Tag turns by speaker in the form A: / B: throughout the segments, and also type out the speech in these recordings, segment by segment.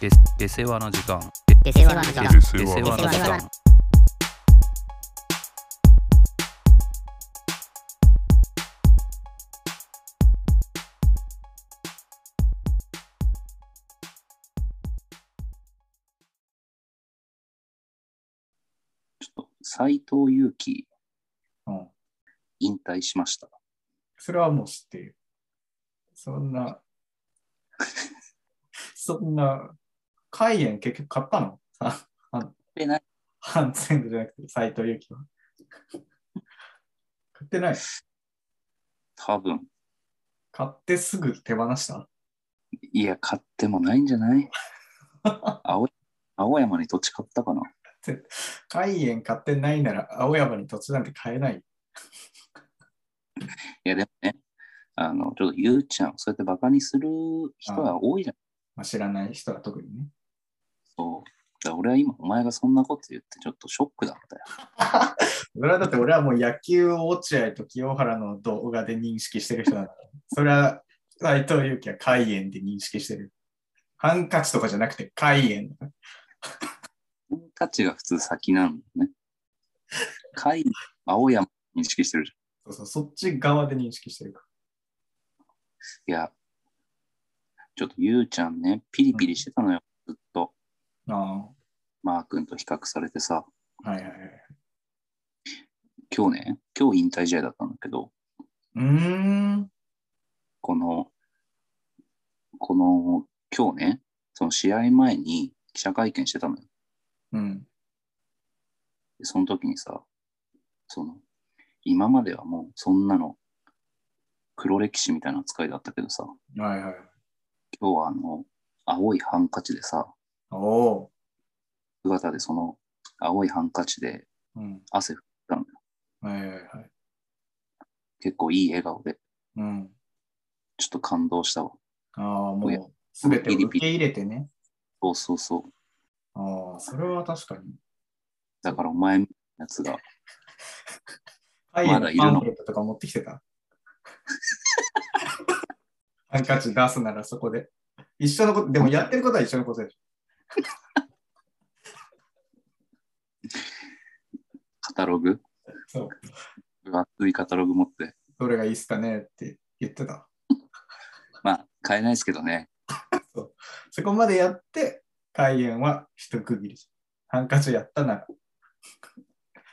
A: で出世話の時間
B: 出世話の時間
C: で
A: 出
C: 世
A: 世話の
C: 話
A: 時間
D: ちょっと斎藤佑樹
E: うん。
D: 引退しました。
E: それはもう知っている。そんな、 そんな、海縁結局買ったの あ
D: でない
E: ハンセングじゃなくて斎藤由貴は。 買ってない。
D: 多分
E: 買ってすぐ手放した。
D: いや、買ってもないんじゃない青青山に土地買ったかな
E: 海縁買ってないなら青山に土地なんて買えない。
D: いや、でもね、あの、ちょっとゆうちゃんをそうやってバカにする人は多いじゃん。
E: まあ、知らない人は特にね。
D: そう。だから俺は今、お前がそんなこと言ってちょっとショックだったよ。
E: それはだって俺はもう野球を落合と清原の動画で認識してる人なんだから。それは斎藤佑樹は海縁で認識してる。ハンカチとかじゃなくて海縁。
D: 君たちが普通先なんだよね。海、青山認識してるじ
E: そうそう、そっち側で認識してるか
D: ゃん。いや、ちょっとゆうちゃんね、ピリピリしてたのよ。ずっと、
E: ら。あ
D: マー君と比較されてさ。
E: あ、はいはいはい。
D: 今日ね、今日引退試合だったんだけど、
E: うーん。
D: この、この、今日ね、その試合前に記者会見してたのよ。
E: うん。
D: でその時にさ、その、今まではもうそんなの、黒歴史みたいな扱いだったけどさ、
E: はいはい。
D: 今日はあの、青いハンカチでさ、
E: おお
D: 姿でその、青いハンカチで
E: ー。うん。
D: 汗、
E: はいはいはい。
D: 結構いい笑顔で、
E: うん。
D: ちょっと感動したわ。
E: ああ、も
D: おや
E: う、すべてを受け入れてね。
D: そうそうそう。
E: ああ、それは確かに。
D: だからお前みたいなやつが、
E: 海
D: ま
E: 縁
D: だいる
E: のパ
D: の
E: ンフレットとか持ってきてた。 ハンカチ出すならそこで。一緒のこと、でもやってることは一緒のことでし
D: カタログ、
E: ょ。そう。
D: 分厚いカタログ持って、
E: どれがいいっすかねって言ってた。
D: まあ、買えないですけどね。
E: そこまでやって、開演は一区切り。ハンカチやったなら。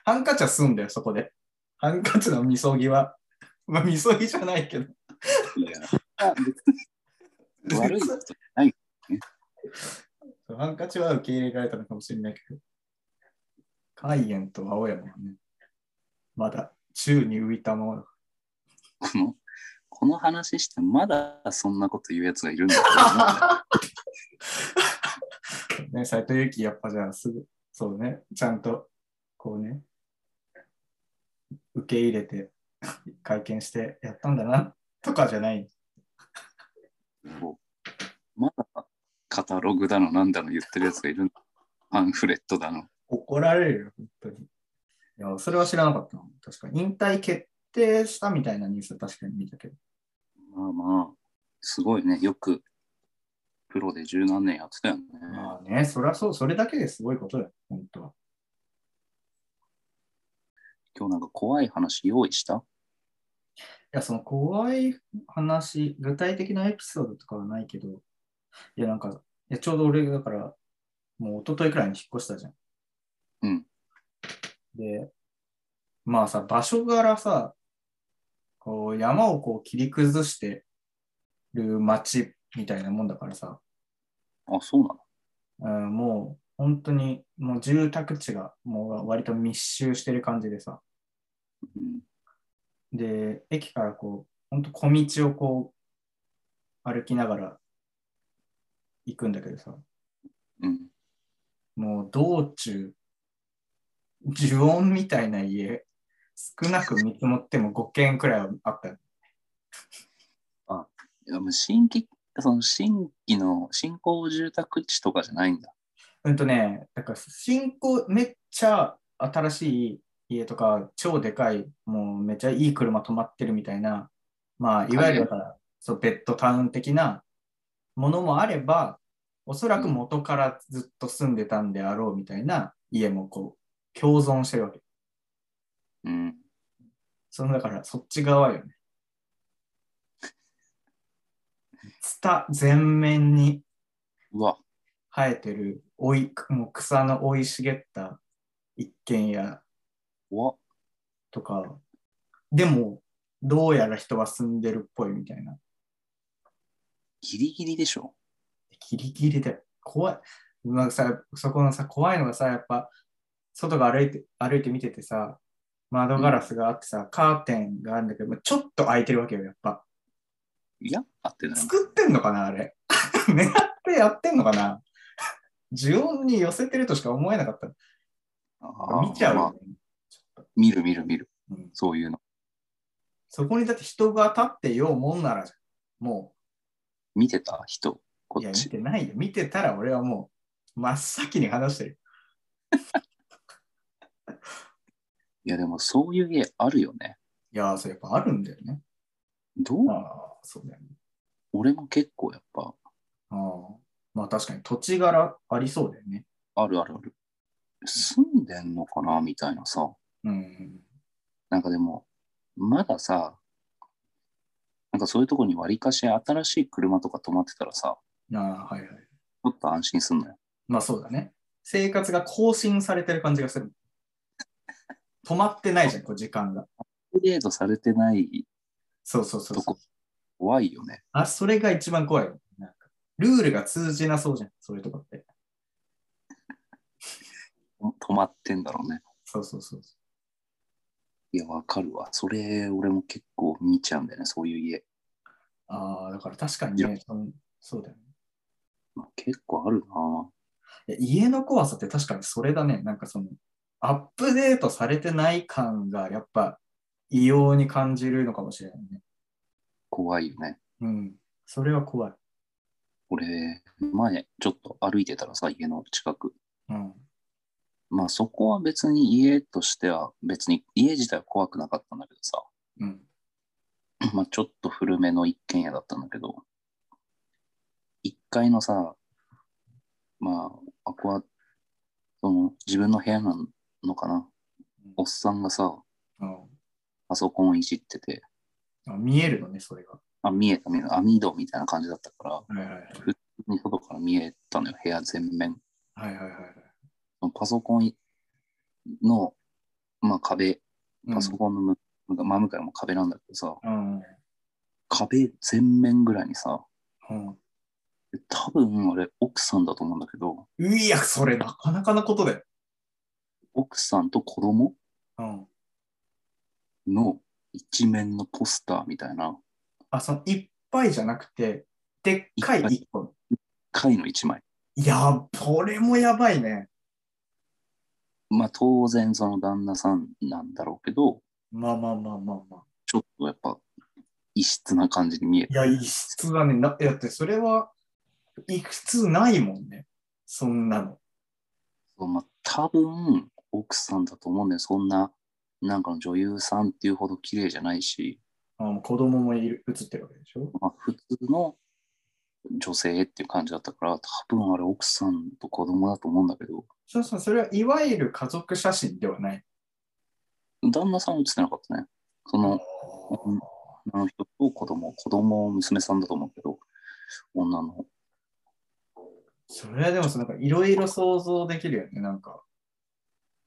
E: ハンカチは済んだよ、そこで。ハンカチのみそぎは。まあ、みそぎじゃないけど。
D: いや、悪いことじゃない。
E: そうハンカチは受け入れられたのかもしれないけど。開演と青山はね、まだ宙に浮いたままだ。
D: この、この話して、まだそんなこと言うやつがいるんだけど、
E: ね、斎藤佑樹、やっぱじゃあすぐ、そうね、ちゃんと、こうね、受け入れて、 会見してやったんだな、とかじゃない。
D: まだカタログだの、なんだの言ってるやつがいるんだ。パンフレットだの。
E: 怒られるよ、本当に。いや、それは知らなかったな。確かに。引退決定したみたいなニュースは確かに見たけど。
D: まあまあ、すごいね。よく、プロで十何年やってたよね。
E: まあね、そりゃそう、それだけですごいことだよ、本当は。
D: 今日なんか怖い話用意した
E: いや、その怖い話、具体的なエピソードとかはないけど、いや、なんか、いやちょうど俺、だから、もう一昨日くらいに引っ越したじゃん。
D: うん。
E: で、まあさ、場所柄さ、こう、山をこう切り崩してる街みたいなもんだからさ、
D: あ、そうなの
E: うん、もう本当に、もう住宅地がもう割と密集してる感じでさ、
D: うん。
E: で、駅からこう、本当小道をこう、歩きながら行くんだけどさ、
D: うん。
E: もう道中、呪音みたいな家、少なく見積もっても5軒くらいはあった。
D: いやもう新規、その新規の新興住宅地とかじゃないんだ。
E: うんとね、だから新興、めっちゃ新しい家とか、超でかい、もうめっちゃいい車止まってるみたいな、まあ、いわゆるだから、そう、ベッドタウン的なものもあれば、おそらく元からずっと住んでたんであろうみたいな家もこう、共存してるわけ。
D: うん。
E: そのだからそっち側よね。ツタ全面に
D: うわ、
E: 生えてるおいもう草の生い茂った一軒家
D: 怖っ。
E: とか、でもどうやら人は住んでるっぽいみたいな。
D: ギリギリでしょ。
E: ギリギリで怖い。なんかさ、そこのさ、怖いのがさ、やっぱ、外が歩いて、歩いて見ててさ、窓ガラスがあってさ、カーテンがあるんだけど、ちょっと開いてるわけよ、やっぱ。
D: いや、合ってない。
E: 作ってんのかな、あれ。 狙ってやってんのかな。呪音に寄せてるとしか思えなかった。
D: あー
E: 見ちゃう
D: ま
E: よ
D: あ
E: ね、
D: 見る見る見る。
E: うん
D: そういうの。
E: そこにだって人が立ってようもんならじゃんも
D: 見てた人、
E: う、
D: こ
E: いや、
D: っ
E: 見
D: ち。
E: てないよ。見てたら俺はもう、真っ先に話してる。
D: いや、でもそういう家あるよね。
E: いやー、それやっぱあるんだよね。
D: ど
E: あ
D: う
E: あ、そうだよね。
D: 俺も結構やっぱ、
E: ああまあ確かに土地柄ありそうだよね。
D: あるあるある。住んでんのかなみたいなさ。
E: うん。
D: なんかでも、まださ、なんかそういうとこに割りかし新しい車とか止まってたらさ、
E: ああ、はいはい。
D: ちょっと安心すんのよ。
E: まあそうだね。生活が更新されてる感じがする。止まってないじゃん、こう時間が。
D: アップデートされてない
E: そうそうそう
D: と
E: そう
D: こ。、怖いよね。
E: あ、それが一番怖いよ。なんかルールが通じなそうじゃん、そういうとこって。
D: 止まってんだろうね。
E: そうそうそう。
D: いや、わかるわ。それ、俺も結構見ちゃうんだよね、そういう家。
E: ああ、だから確かに
D: い
E: ね、そのそうだよね。
D: まあ、結構あるない
E: や家の怖さって確かにそれだね。なんかその、アップデートされてない感がやっぱ異様に感じるのかもしれないね。
D: 怖いよね。
E: うん。それは怖い。
D: 俺、前、ちょっと歩いてたらさ、家の近く。
E: うん。
D: まあ、そこは別に家としては、別に家自体は怖くなかったんだけどさ、
E: うん。
D: まあ、ちょっと古めの一軒家だったんだけど、1階のさ、まあ、あこは、その、自分の部屋なのかな。おっさんがさ、
E: うん
D: パソコンいじってて、
E: あ見えるのね、それが。
D: あ、見えた、見えた、網戸みたいな感じだったから、
E: はいはいはい。
D: 外から見えたのよ、部屋全面。
E: はいはいはいはい。
D: パソコンの、まあ、壁、
E: うん
D: パソコンのむ真向かいも壁なんだけどさ、
E: うん。
D: 壁全面ぐらいにさ、
E: うん
D: 多分あれ、奥さんだと思うんだけど、
E: いや、それなかなかなことだよ。
D: 奥さんと子供
E: うん。
D: の一面のポスターみたいな、
E: あ、その、いっぱいじゃなくて、でっかい
D: いっぱい
E: 一個。
D: 回の一枚。
E: いや、これもやばいね。
D: まあ、当然その旦那さんなんだろうけど、
E: まあまあまあまあまあ。
D: ちょっとやっぱ、異質な感じに見え
E: い
D: る。
E: や、異質だね。なだって、それは、いくつないもんね。そんなの。
D: まあ、多分、奥さんだと思うんだよ。そんな、なんかの女優さんっていうほど綺麗じゃないし、
E: あもう子供もいる映ってるわけでしょ。
D: まあ、普通の女性っていう感じだったから、多分あれ奥さんと子供だと思うんだけど、
E: そうそう、それはいわゆる家族写真ではない。
D: 旦那さんは映ってなかったね。そのうん女の人と子供、子供は娘さんだと思うけど、女の。
E: それはでもさ、なんかいろいろ想像できるよね、なんか。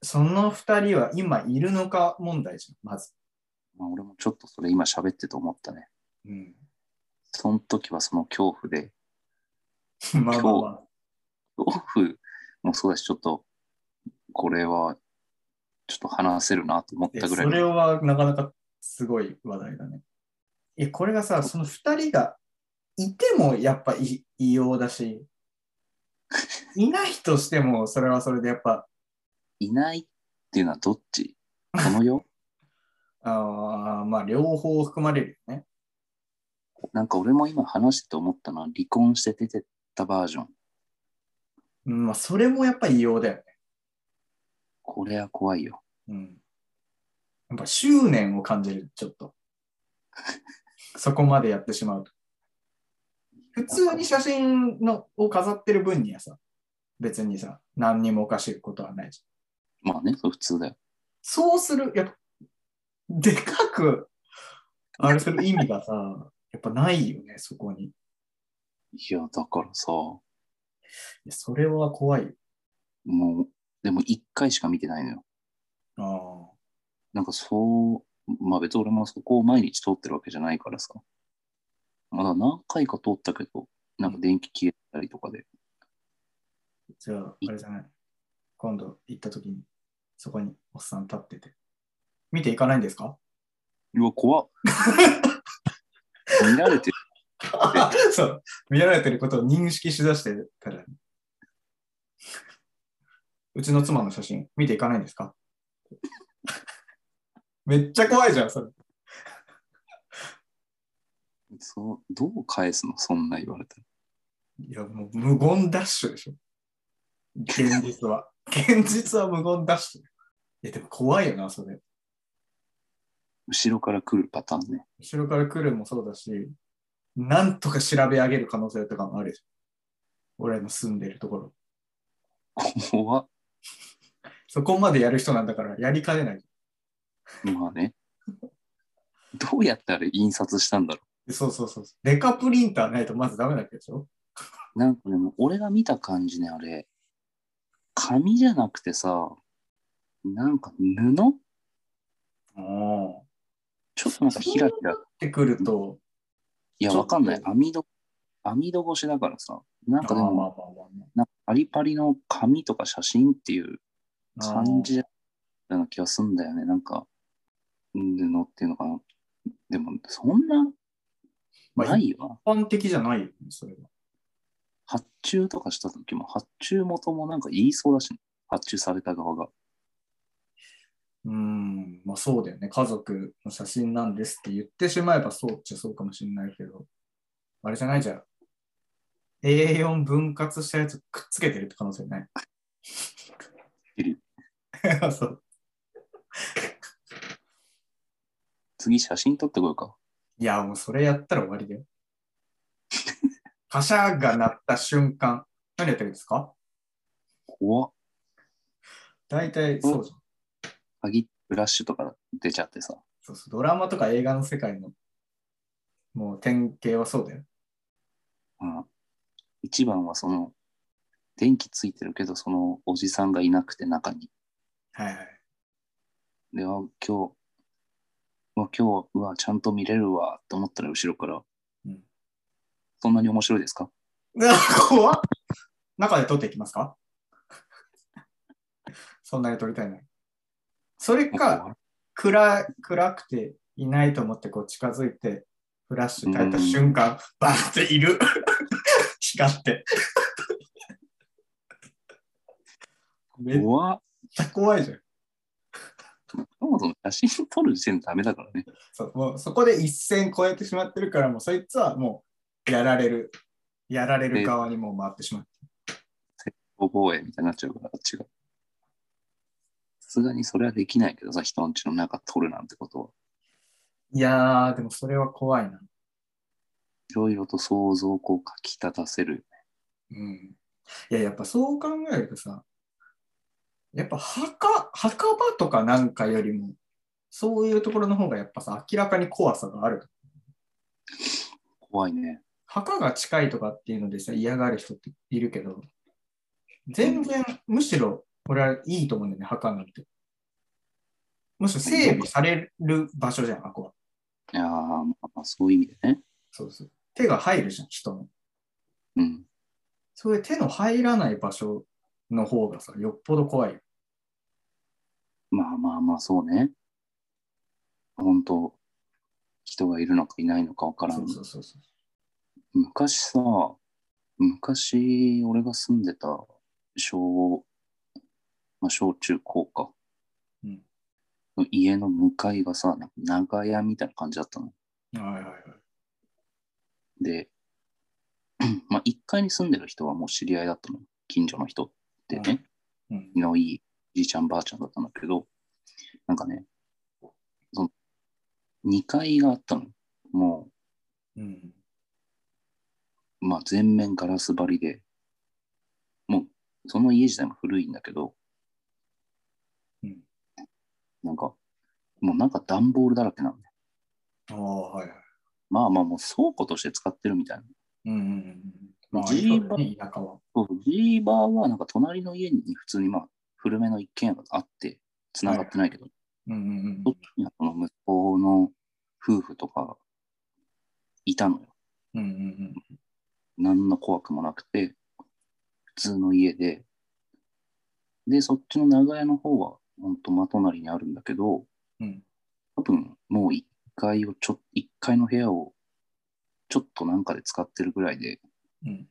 E: その二人は今いるのか問題じゃん、まず。
D: まあ、俺もちょっとそれ今喋ってと思ったね。
E: うん。
D: その時はその恐怖で、
E: まあまあまあ。
D: 恐怖もそうだし、ちょっと、これは、ちょっと話せるなと思っ
E: い
D: た
E: や
D: ぐ
E: そ
D: らいの。
E: れはなかなかすごい話題だね。いや、これがさ、その二人がいてもやっぱい異様だし、いないとしてもそれはそれでやっぱ、
D: いないっていうのはどっちこの世
E: あーまあ両方含まれるよね。
D: なんか俺も今話してて思ったのは離婚して出てったバージョン。
E: うんまあそれもやっぱ異様だよね。
D: これは怖いよ。
E: うん。やっぱ執念を感じる、ちょっと。そこまでやってしまうと。
D: い
E: 普通に写真のを飾ってる分にはさ、別にさ、何にもおかしいことはないじゃん。
D: まあね、そう普通だよ。
E: そうする、やっぱ、でかく、あれする意味がさ、やっぱないよね、そこに。い
D: いや、だからさ、も
E: やそれは怖いよ。
D: う、でも一回しか見てないのよ。
E: あ
D: なんかそう、まあ別に俺もそこを毎日通ってるわけじゃないからさ。まだ何回か通ったけど、なんか電気消えたりとかで。
E: あ、じゃあ、あれじゃない。今度行った時に、そこにおっさん立ってて。見ていかないんですか
D: うわ、怖っ。見られてる。
E: そう。見られてることを認識しだしてたら。うちの妻の写真、見ていかないんですかめっちゃ怖いじゃん、それ。
D: そう、どう返すのそんな言われたら。
E: いや、もう無言ダッシュでしょ。現実は。 現実は無言ダッシュ。いや、でも怖いよな、それ。
D: 後ろから来るパターンね。
E: 後ろから来るもそうだし、なんとか調べ上げる可能性とかもあるじゃん。俺の住んでるところ。
D: 怖っ。
E: そこまでやる人なんだから、やりかねない。
D: まあね。どうやったら印刷したんだろ
E: そうそうそうそう。デカプリンターないとまずダメなわけでしょ
D: う。なんかでも、俺が見た感じね、あれ。紙じゃなくてさ、なんか布
E: ああ。
D: ちょっとなんかひらひら。
E: ってくると、
D: いや、
E: ちょ
D: わ
E: っと
D: かんない。網戸、網戸越しだからさ。なんかで
E: まあまあ
D: も、なんかパリパリの紙とか写真っていう
E: まあね。
D: 感じだったような気がすんだよね。なんか、んでのっていうのかな。でも、そんな、
E: まあ
D: ないよな。
E: 一般的じゃないよね、それは。
D: 発注とかした時も、発注元もなんか言いそうだしね、発注された側が。
E: うーん、まあそうだよね。家族の写真なんですって言ってしまえばそうっちゃそうかもしれないけど、あれじゃないじゃん。A4 分割したやつくっつけてるって可能性ない。
D: いる
E: そう。
D: 次、写真撮ってこようか。
E: いや、もうそれやったら終わりだよ。カシャが鳴った瞬間、何やってるんですか
D: 怖っ。
E: 大体そうじゃん。
D: 鍵、フラッシュとか出ちゃってさ。
E: そうそう、ドラマとか映画の世界の、もう典型はそうだよ。
D: うん、一番はその、電気ついてるけど、そのおじさんがいなくて中に。
E: はいはい。
D: で、あ今日、うわ今日、うわ、ちゃんと見れるわって思ったら後ろから、
E: うん
D: そんなに面白いですか
E: うわ 怖っ中で撮っていきますか そんなに撮りたいな。それか、暗暗くていないと思ってこう近づいて、フラッシュ変えた瞬間、バーっている。 光って。めっ
D: 怖っ
E: ちゃ怖いじゃん。
D: そもそも写真撮る時点でダメだからね。
E: そうもうそこで一線越えてしまってるから、もうそいつはもうやられる。やられる側にもう回ってしまう。
D: 防衛みたいになっちゃうから、あっちが。さすがにそれはできないけどさ、人んちの中撮るなんてことは。
E: いやー、でもそれは怖いな。
D: いろいろと想像をこうかき立たせる。
E: うんいや、やっぱそう考えるとさ、やっぱ墓、墓場とかなんかよりも、そういうところの方がやっぱさ、明らかに怖さがある。
D: 怖いね。
E: 墓が近いとかっていうのでさ、嫌がる人っているけど、全然、むしろ、俺はいいと思うんだよね、墓なんて。むしろ整備される場所じゃん、あこは。
D: いやーまあ、まあそういう意味でね。
E: そうそう。手が入るじゃん、人の。
D: うん。
E: そういう手の入らない場所の方がさ、よっぽど怖いよ。
D: まあまあまあ、そうね。本当人がいるのかいないのかわからん
E: そう。そうそうそう。
D: 昔さ、昔、俺が住んでた小、まあ、小中高か。
E: うん
D: の家の向かいがさ、なんか長屋みたいな感じだったの。
E: はいはいはい。
D: で、 まあ、1階に住んでる人はもう知り合いだったの。近所の人ってね。
E: うん
D: 気のいいじいちゃんばあちゃんだったんだけど、なんかね、その2階があったの。も
E: うん。
D: うまあ、全面ガラス張りで、もう、その家自体も古いんだけど、
E: うん
D: なんか、もうなんか段ボールだらけなんで、
E: ああ、はいはい。
D: まあまあもう倉庫として使ってるみたいな。
E: うんうんうん。まあ、
D: ジーバ
E: そうだね田舎は。
D: そうそうジーバーはなんか隣の家に普通にまあ、古めの一軒家があって、繋がってないけど、
E: うんうんう
D: そ
E: ん
D: っちにはその向こうの夫婦とかいたのよ。
E: うんうん
D: 何の怖くもなくて、普通の家で、で、そっちの長屋の方は、ほんと真隣にあるんだけど、
E: うんうん。
D: 多分もう1階をちょ、1階の部屋をちょっとなんかで使ってるぐらいで、
E: うん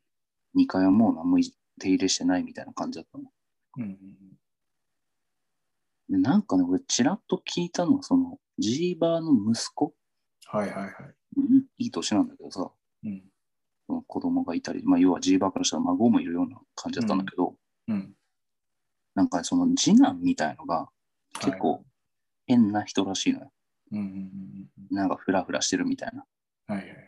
D: 2階はもう何もいじ手入れしてないみたいな感じだったの。
E: うんうん
D: で、なんかね、俺、ちらっと聞いたのは、その、ジーバーの息子、
E: はいはいはい。
D: いい年なんだけどさ、
E: うん
D: その子供がいたり、まあ、要はジーバーからしたら孫もいるような感じだったんだけど、
E: うん。
D: なんかその次男みたいのが結
E: はい。
D: 構変な人らしいのよ。
E: うんうんうん
D: なんかフラフラしてるみたいな。
E: うん。はいはいはい。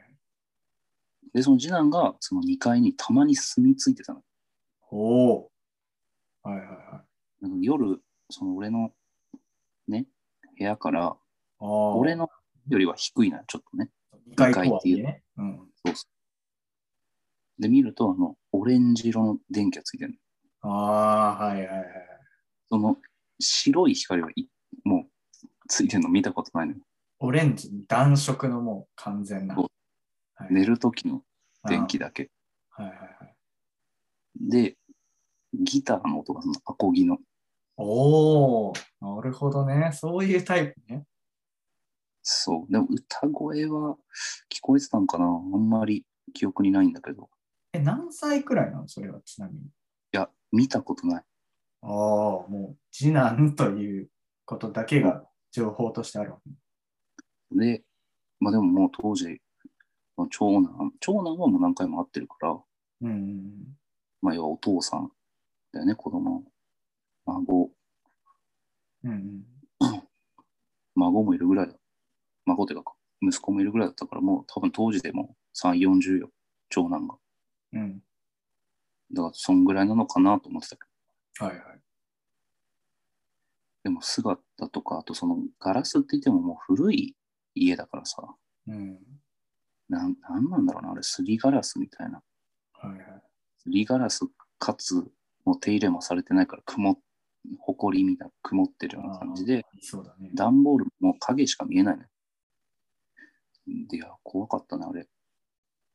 D: で、その次男がその2階にたまに住み着いてたの。
E: おお。はいはいはい。
D: なんか夜、その俺のね、部屋から、
E: ああ。
D: 俺のよりは低いな、ちょっとね。
E: 二階とはいえね。うん。
D: そうそう。で、見ると、あの、オレンジ色の電気がついてるの。
E: ああ、はいはいはい。
D: その白い光はいもうついてるの見たことないのよ。
E: オレンジ、暖色のもう完全な。
D: そう
E: はい
D: 寝る時の電気
E: だ。
D: だけ。
E: はいはいはい。
D: で、ギターの音がそのアコギの。
E: おお、なるほどね。そういうタイプね。
D: そう。でも歌声は聞こえてたのかなあんまり記憶にないんだけど。
E: え、何歳くらいなのそれはちなみに。
D: いや、見たことない。
E: ああ、もう次男ということだけが情報としてあるわけ。
D: で、まあでももう当時、長男、長男はもう何回も会ってるから、
E: うんうんうん。
D: まあ要はお父さんだよね、子供。孫、
E: うんうん、
D: 孫もいるぐらいだ。孫っていうか、息子もいるぐらいだったから、もう多分当時でも3、40よ、長男が。
E: うん。
D: だからそんぐらいなのかなと思ってたけど。
E: はいはい。
D: でも姿とか、あとそのガラスって言ってももう古い家だからさ、
E: うん。
D: なんなんなんだろうな、あれ、すりガラスみたいな。
E: はいはい。
D: すりガラスかつ、もう手入れもされてないから、曇ほこりみたいな、曇ってるような感じで、
E: あー。そうだね。
D: 段ボールも影しか見えないね。でいや、怖かったな、あれ。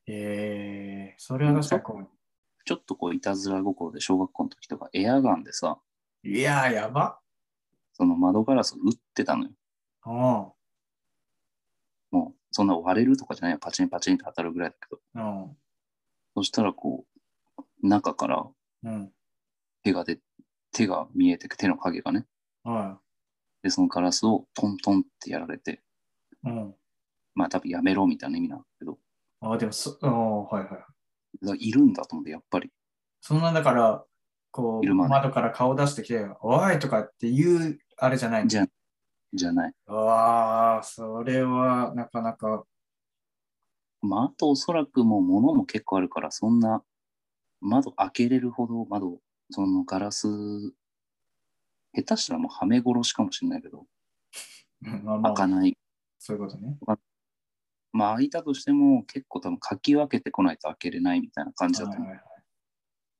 E: ええそれは確かにこ
D: ちょっとこう、いたずら心で小学校の時とか、エアガンでさ、
E: う。いやー、やば。
D: その窓ガラスを打ってたのよ。
E: うん。
D: もう、そんな割れるとかじゃないよ。パチンパチンって当たるぐらいだけど。
E: うん。
D: そしたらこう、中から
E: うん。
D: 手がで、手が見えてく、手の影がね。
E: は
D: で、そのガラスをトントンってやられて、
E: い。うん。
D: まあ多分やめろみたいな意味なんだけど、
E: ああ、でもそ、うん、はいはい。
D: だからいるんだと思って、やっぱり。
E: そんな、だから、こう、
D: 昼間ね
E: 窓から顔出してきて、おいとかっていう、あれじゃないんだ
D: じゃ、じゃない。
E: ああ、それは、なかなか、
D: まああとおそらくもう物も結構あるから、そんな窓開けれるほど窓、そのガラス、下手したらもうはめ殺しかもしれないけど、
E: うんまあま
D: 開
E: あ、
D: かない。
E: そういうことね。
D: まあ開いたとしても結構多分かき分けてこないと開けれないみたいな感じだったの。
E: はいはい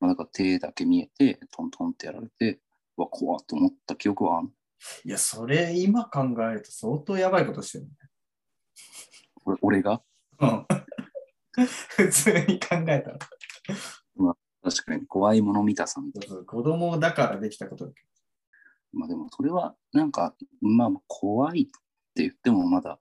D: まあだから手だけ見えて、トントンってやられて、うわ、怖っと思った記憶はあん
E: いや、それ、今考えると相当やばいことしてるね。
D: 俺俺が
E: うん。 普通に考えたら。
D: 確かに怖いもの見たさみたい
E: そう子供だからできたことだけ
D: な。まあでもそれはなんか、まあ怖いって言ってもまだ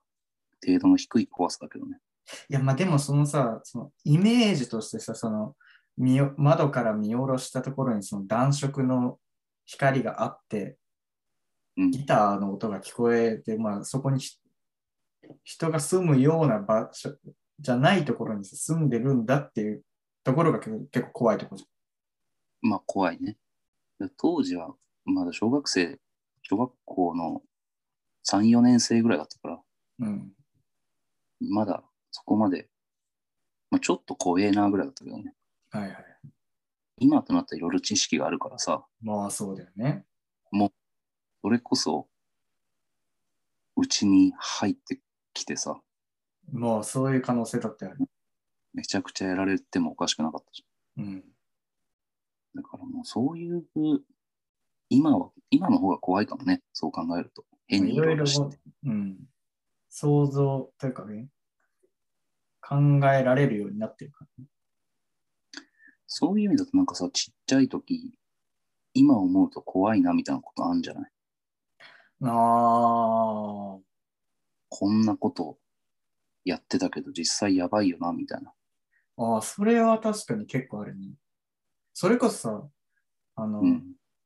D: 程度の低い怖さだけどね。
E: ど。いや、まあでもそのさ、そのイメージとしてさ、その見よ窓から見下ろしたところにその暖色の光があって、
D: うん。
E: ギターの音が聞こえて、まあそこにひ人が住むような場所じゃないところに住んでるんだっていうところが結構結構怖いところじ
D: まあ怖いね。で当時はまだ小学生、小学校の3、4年生ぐらいだったから、
E: ゃん。うん。
D: まだそこまでまあ、ちょっと怖えなぐらいだったけどね。
E: はいはい。
D: 今となったらいろいろ知識があるからさ、
E: まあそうだよね。
D: それこそ、うちに入ってきてさ、
E: まあそういう可能性だってある。
D: めちゃくちゃやられてもおかしくなかったし。
E: うん。
D: だからもうそういう、今は、今の方が怖いかもね、そう考えると。変にいろいろ
E: いろ
D: し
E: い
D: て。
E: うん。想像というかね、考えられるようになってるからね。
D: そういう意味だとなんかさ、ちっちゃい時、今思うと怖いなみたいなことあるんじゃない
E: ああ、
D: こんなことやってたけど実際やばいよなみたいな。
E: ああ、それは確かに結構あるね。それこそさ、あの、
D: うん。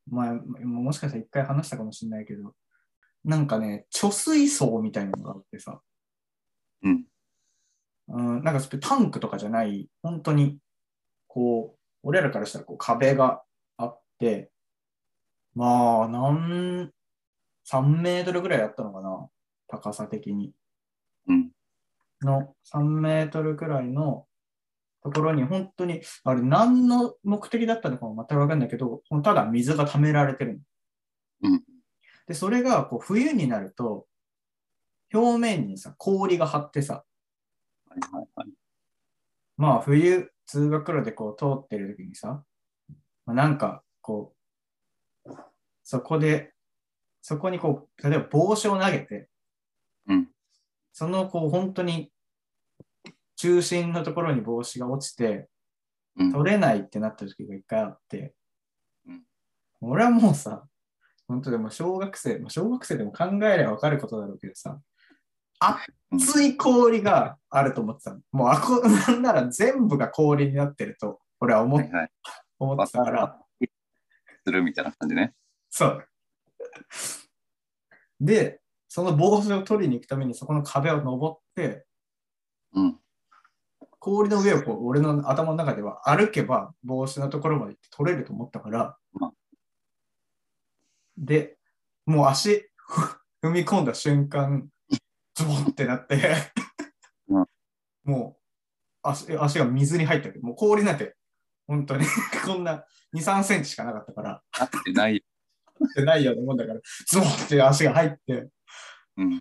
E: 前、もしかしたら一回話したかもしれないけど、なんかね、貯水槽みたいなのがあってさ、
D: うん。
E: うん、なんかタンクとかじゃない、本当に、こう、俺らからしたらこう壁があって、まあ、なん、3メートルぐらいあったのかな、高さ的に。
D: うん。
E: の3メートルくらいのところに、本当に、あれ、何の目的だったのかも全くわかんないけど、ただ水が溜められてるの
D: うん。
E: で、それがこう冬になると、表面にさ、氷が張ってさ、
D: はいはいはい。
E: まあ冬、通学路でこう通ってる時にさ、まあ、なんかこう、そこで、そこにこう、例えば帽子を投げて、
D: うん。
E: そのこう本当に中心のところに帽子が落ちて、
D: うん。
E: 取れないってなった時が一回あって、
D: うん
E: 俺はもうさ、本当でも小学生、まあ小学生でも考えればわかることだろうけどさ、
D: うん
E: 熱い氷があると思ってたの。もうあこ、なんなら全部が氷になってると、俺は思,、
D: はいはい。
E: 思ってたから、
D: するみたいな感じね。
E: そう。で、その帽子を取りに行くために、そこの壁を登って、
D: うん。
E: 氷の上をこう俺の頭の中では歩けば帽子のところまで行って取れると思ったから
D: うん、
E: で、もう足 踏み込んだ瞬間、ズボンってなって
D: うん、
E: もう足足が水に入ったけど、もう氷なんて、本当にこんな2、3センチしかなかったから、
D: 合ってないよ。
E: ってないようなもんだから、ズボンって足が入って、
D: うん。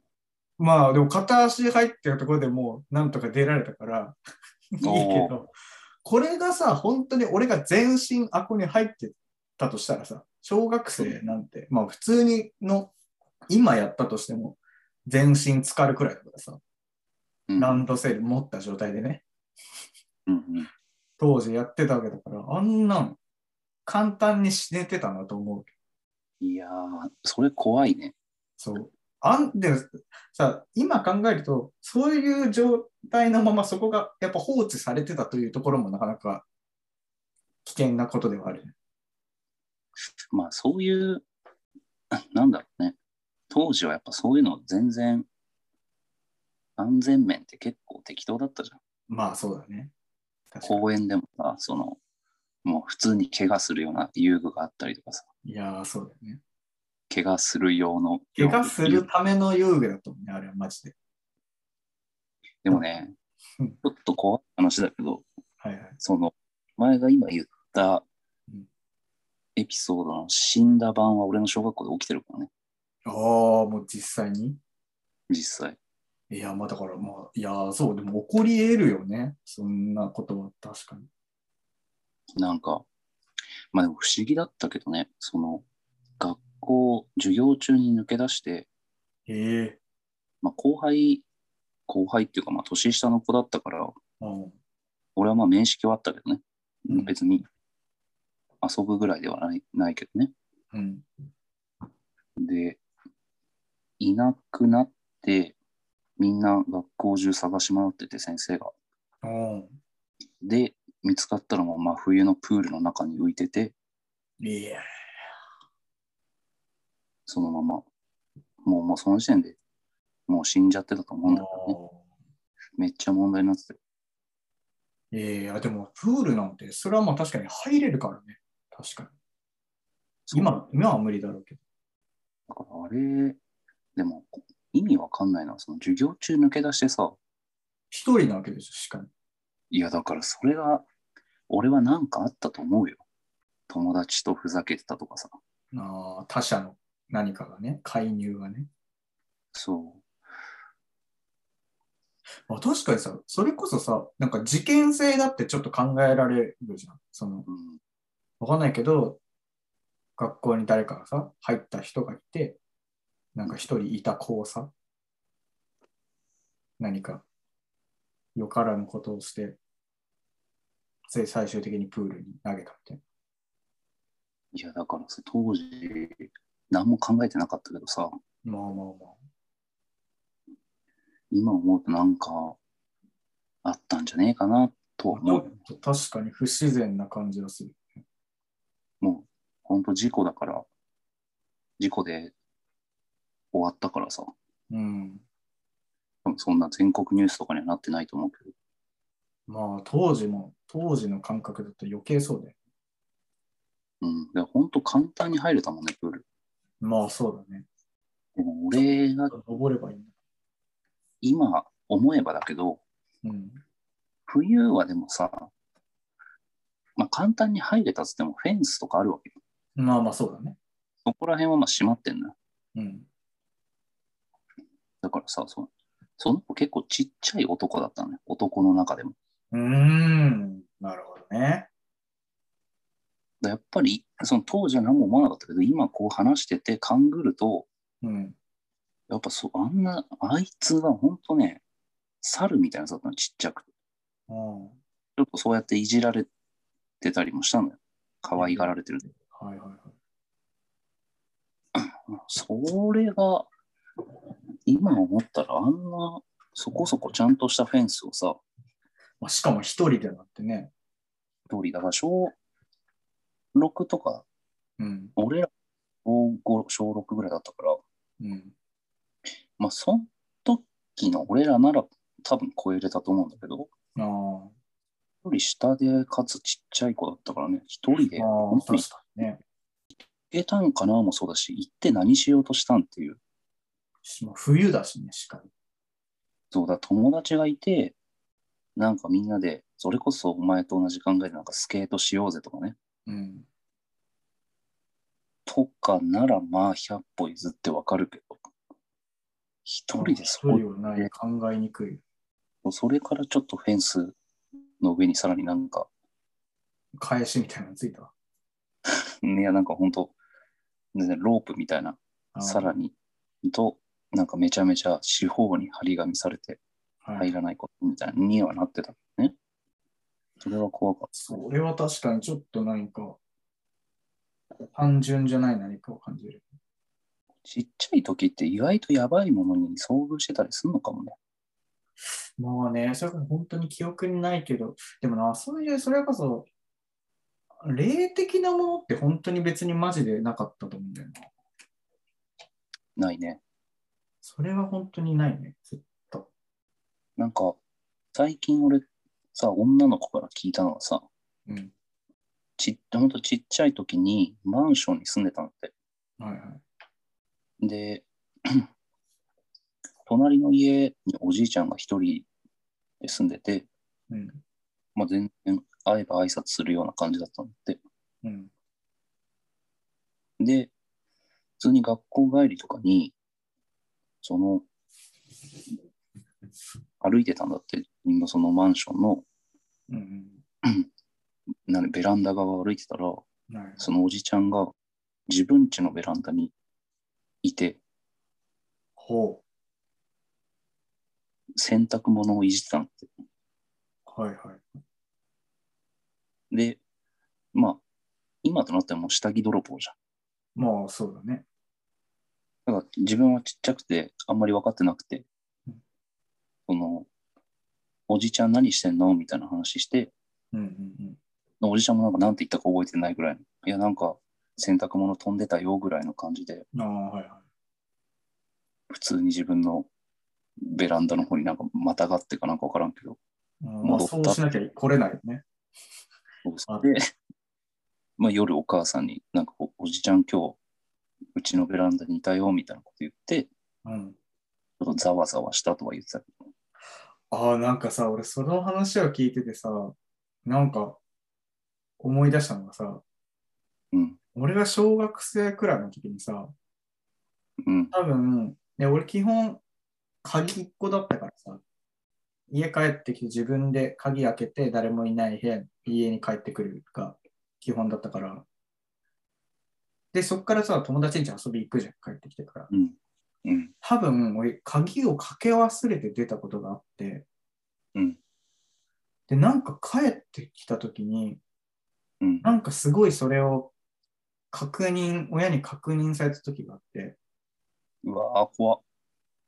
E: まあでも片足入ってるところでもうなんとか出られたからいいけ
D: お
E: どこれがさ本当に俺が全身あこに入ってたとしたらさ小学生なんてまあ普通にの今やったとしても全身浸かるくらいだからさ
D: うん。
E: ランドセル持った状態でね
D: うんうん。
E: 当時やってたわけだからあんなん簡単に死ねてたなと思う
D: いやー、それ怖いね。
E: そう。あんでもさ、今考えると、そういう状態のままそこがやっぱ放置されてたというところもなかなか危険なことではある。
D: まあそういう、なんだろうね。当時はやっぱそういうの全然、安全面って結構適当だったじゃん。
E: まあそうだね。確かに。
D: 公園でもさ、その、もう普通に怪我するような遊具があったりとかさ、
E: いやー、そうだよね。
D: 怪我する用の。
E: 怪我するための遊具だと思うね、あれはマジで。
D: でもね、
E: うん
D: ちょっと怖い話だけど、
E: はいはい。
D: その、前が今言った
E: うん
D: エピソードの死んだ版は俺の小学校で起きてるからね、
E: ああ、もう実際に。
D: 実際。
E: いや、まあだからまあ、いやー、そう、でも起こり得るよね。そんなことは確かに。
D: なんか、まあでも不思議だったけどね、その、学校、授業中に抜け出して、
E: へえ。
D: まあ後輩、後輩っていうかまあ年下の子だったから、
E: うん。
D: 俺はまあ面識はあったけどね、
E: うん
D: 別に遊ぶぐらいではないないけどね。
E: うん。
D: で、いなくなって、みんな学校中探し回ってて、先生が。
E: うん。
D: で、見つかったのも真冬のプールの中に浮いてて、
E: いや
D: そのまま、もうもうその時点でもう死んじゃってたと思うんだけどね。
E: ー。
D: めっちゃ問題になってて。
E: ええあでもプールなんて、それはまあ確かに入れるからね。確かに。今、今は無理だろうけど。
D: だからあれ、でも意味わかんないのは、その授業中抜け出してさ、
E: 一人なわけでしょ、しかも。
D: いや、だからそれが、俺はなんかあったと思うよ。友達とふざけてたとかさ。
E: ああ、他社の何かがね、介入がね。
D: そ
E: あ確かにさ、それこそさ、なんか事件性だってちょっと考えられるじゃん。その、
D: う。うん。
E: わかんないけど、学校に誰かがさ、入った人がいて、なんか一人いた子をさ、何か、よからぬことをして、で最終的にプールに投げたみたい
D: いや、だからさ、当時、何も考えてなかったけどさ、
E: な。まあまあまあ。
D: 今思うとなんか、あったんじゃねえかな、とは思うよ。
E: ちょっと確かに不自然な感じがする。
D: もう、ほんと事故だから、事故で終わったからさ、
E: うん。
D: 多分そんな全国ニュースとかにはなってないと思うけど、
E: まあ当時も、当時の感覚だと余計そうだよ。
D: うん。で、ほんと簡単に入れたもんね、プール。
E: まあそうだね。
D: でも俺が
E: 登ればいいんだ。
D: 今思えばだけど、
E: うん。
D: 冬はでもさ、まあ、簡単に入れたっつってもフェンスとかあるわけよ。
E: まあまあそうだね。
D: そこら辺はまあ閉まってんのよ。
E: うん。
D: だからさ、そのその子結構ちっちゃい男だったのよ。男の中でも。
E: うーん。なるほどね。
D: だやっぱり、その当時は何も思わなかったけど、今こう話してて勘ぐると、
E: うん。
D: やっぱそう、あんな、あいつがほんとね、猿みたいなやつだったの、ちっちゃくて。
E: うん
D: ちょっとそうやっていじられてたりもしたのよ。可愛がられてる。
E: はいはいはい。
D: それが、今思ったら、あんな、そこそこちゃんとしたフェンスをさ、
E: まあ、しかも一人でなってね。
D: 通り、だから小6とか、
E: うん。
D: 俺ら小5、小6ぐらいだったから、
E: うん。
D: まあ、その時の俺らなら多分超えれたと思うんだけど、
E: ああ。
D: 一人下で、かつちっちゃい子だったからね、一人で、
E: ああ、
D: 本当
E: 確
D: に行
E: かにね。
D: けたんかなもそうだし、行って何しようとしたんっていう、
E: しまあ冬だしね、しかも。
D: そうだ、友達がいて、なんかみんなで、それこそお前と同じ考えでなんかスケートしようぜとかね、
E: うん。
D: とかならまあ100歩譲ってわかるけど、一人で
E: 一
D: そ
E: 人
D: こ
E: はない、考えにくい。
D: それからちょっとフェンスの上にさらになんか、
E: 返しみたいなのついたわ。
D: いやなんかほんと、ねロープみたいな、
E: ああ
D: さらに、と、なんかめちゃめちゃ四方に張り紙されて
E: は
D: 入
E: い。
D: らないことみたいなにはなってたね。それは怖かっ
E: それは確かにちょっと何か、単純じゃない何かを感じる。
D: た。ちっちゃい時って意外とやばいものに遭遇してたりするのかもね。
E: まあね、それこそ本当に記憶にないけど、でもな、そういう、それこそ、霊的なものって本当に別にマジでなかったと思うんだよな。
D: ないね。
E: それは本当にないね。ず
D: なんか、最近俺さ、女の子から聞いたのはさ、
E: うん。
D: ちっほんとちっちゃい時にマンションに住んでたんだって。
E: はいはい。
D: で、 隣の家におじいちゃんが一人で住んでて、
E: うん。
D: まあ、全然会えば挨拶するような感じだったんだって。
E: うん。
D: で、普通に学校帰りとかに、その、歩いてたんだって、今そのマンションの
E: うん。
D: なんベランダ側を歩いてたら、
E: うん。はい。
D: そのおじちゃんが自分家のベランダにいて、
E: ほ
D: 洗濯物をいじってたんだって。
E: う。はいはい。
D: で、まあ、今となってはもう下着泥棒じゃん。
E: まあ、そうだね。
D: だから自分はちっちゃくて、あんまり分かってなくて
E: うん、
D: その、おじちゃん何してんのみたいな話して、
E: うんうん
D: おじちゃんもなんか何て言ったか覚えてないぐらいの、いや、なんか洗濯物飛んでたよぐらいの感じで、
E: うん。ああ、はいは
D: 普通に自分のベランダの方になんかまたがってかなんか分からんけど、
E: い。うんまあ、
D: 戻った
E: そうしなきゃ来れないよね。
D: そうで、 まあ、夜お母さんに、なんかおおじちゃん今日、うちのベランダにいたよみたいなこと言って、
E: うん。
D: ちょっとざわざわしたとは言ってたけど、
E: ああ、なんかさ、俺その話を聞いててさ、なんか思い出したのがさ、
D: うん。
E: 俺が小学生くらいの時にさ、
D: うん。
E: 多分、ね、俺基本、鍵っ子だったからさ、家帰ってきて自分で鍵開けて誰もいない部屋、家に帰ってくるが基本だったから。で、そっからさ、友達ん家遊び行くじゃん、帰ってきてから。
D: うん。うん。
E: 多分、俺、鍵をかけ忘れて出たことがあって、
D: うん。
E: で、なんか帰ってきた時に、
D: うん。
E: なんかすごいそれを確認、親に確認された時があって、
D: うわー、怖っ。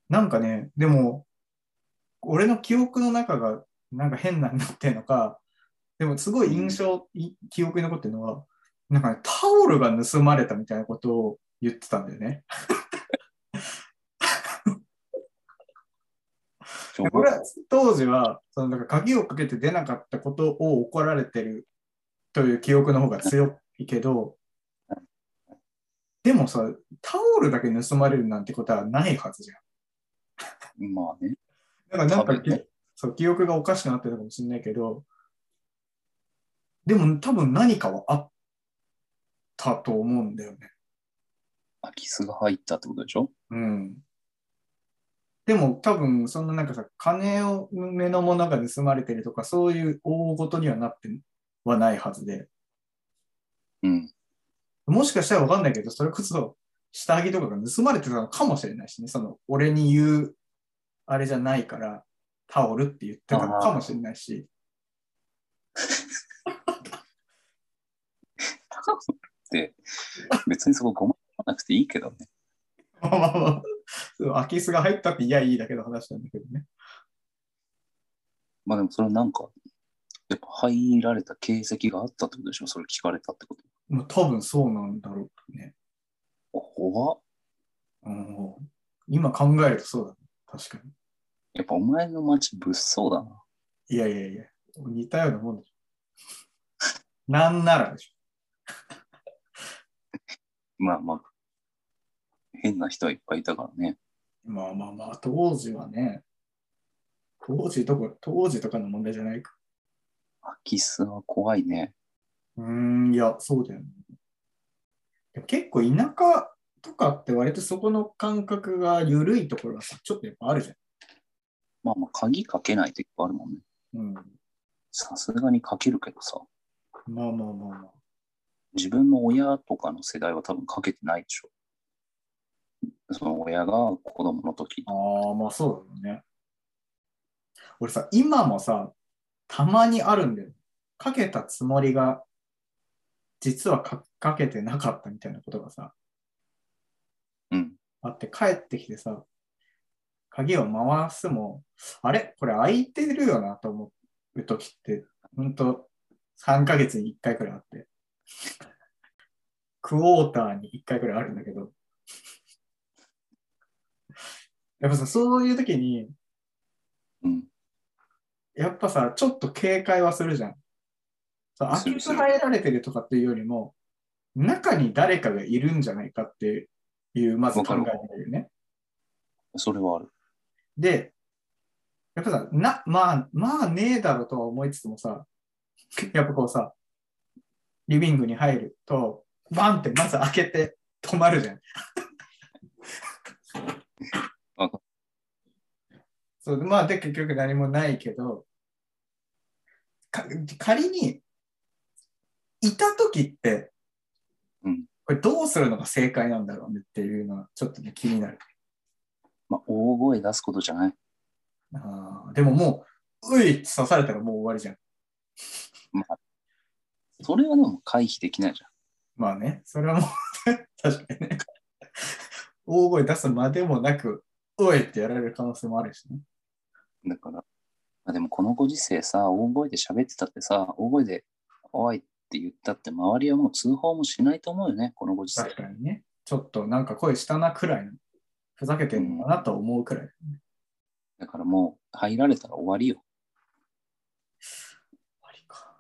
E: なんかね、でも、俺の記憶の中がなんか変なになってんのか、でもすごい印象、い記憶に残ってるのは、なんかね、タオルが盗まれたみたいなことを言ってたんだよね。
D: 小学
E: 俺は当時は、そのなんか鍵をかけて出なかったことを怒られてるという記憶の方が強いけど、でもさ、タオルだけ盗まれるなんてことはないはずじゃん。
D: まあね。
E: だからなんか
D: 多分ね
E: そう、記憶がおかしくなってたかもしれないけど、でも多分何かはあったと思うんだよね。
D: 空き巣が入ったってことでしょ
E: うん。でも多分、そんななんかさ、金を、目のものが盗まれてるとか、そういう大事にはなってはないはずで、
D: うん。
E: もしかしたらわかんないけど、それこそ下着とかが盗まれてたのかもしれないしね、その、俺に言う、あれじゃないから、タオルって言ってたのかもしれないし、
D: で、別にそこごまかさなくていいけどね。
E: まあまあまあ、そう空き巣が入ったって、いや、いいだけの話なんだけどね。
D: まあでもそれなんか、やっぱ入られた形跡があったってことでしょそれ聞かれたってこと。
E: まあ、多分そうなんだろうね。
D: 怖っ。
E: うん、今考えるとそうだね。確かに。
D: やっぱお前の町物騒だな。
E: いやいやいや、似たようなもんでしょ。なんならでし
D: まあまあ、変な人はいっぱいいたからね。
E: ょ。まあまあまあ、当時はね、当時とか、当時とかの問題じゃないか。
D: 空き巣は怖いね。
E: うーん、いや、そうだよね。でも結構田舎とかって割とそこの感覚が緩いところがさ、ちょっとやっぱあるじゃ
D: まあまあ、鍵かけないといっぱいあるもんね。
E: ん。うん。
D: さすがにかけるけどさ、
E: まあまあまあまあ。
D: 自分の親とかの世代は多分かけてないでしょ。その親が子供の時。
E: ああ、まあそうだよね。俺さ、今もさ、たまにあるんだよ。かけたつもりが、実はかかけてなかったみたいなことがさ、
D: うん。
E: あって帰ってきてさ、鍵を回すも、あれこれ開いてるよなと思う時って、ほんと3ヶ月に1回くらいあって。クォーターに1回くらいあるんだけど。やっぱさ、そういう時に、
D: うん。
E: やっぱさ、ちょっと警戒はするじゃん。そう空
D: す
E: き
D: る
E: 巣入られてるとかっていうよりも、中に誰かがいるんじゃないかっていう、まず考え
D: わか
E: てるよね。
D: それはある。
E: で、やっぱさ、な、まあ、まあねえだろうとは思いつつもさ、 やっぱこうさ、リビングに入ると、バンってまず開けて止まるじゃん。
D: わか
E: そう、まあで結局何もないけど、か仮に、いた時って、
D: うん
E: これどうするのが正解なんだろうねっていうのはちょっとね気になる。
D: まあ、大声出すことじゃない。
E: あーでももう、ういって刺されたらもう終わりじゃん。
D: それはでも回避できないじゃん。
E: まあね、それはもう、確かにね。 大声出すまでもなく、おいってやられる可能性もあるしね。
D: だから、まあ、でもこのご時世さ、大声で喋ってたってさ、大声で、おいって言ったって、周りはもう通報もしないと思うよね、このご時世
E: 確。かにね。ちょっとなんか声したなくらいの、ふざけてんのかなと思うくらい。
D: だからもう、入られたら終わりよ。
E: ありか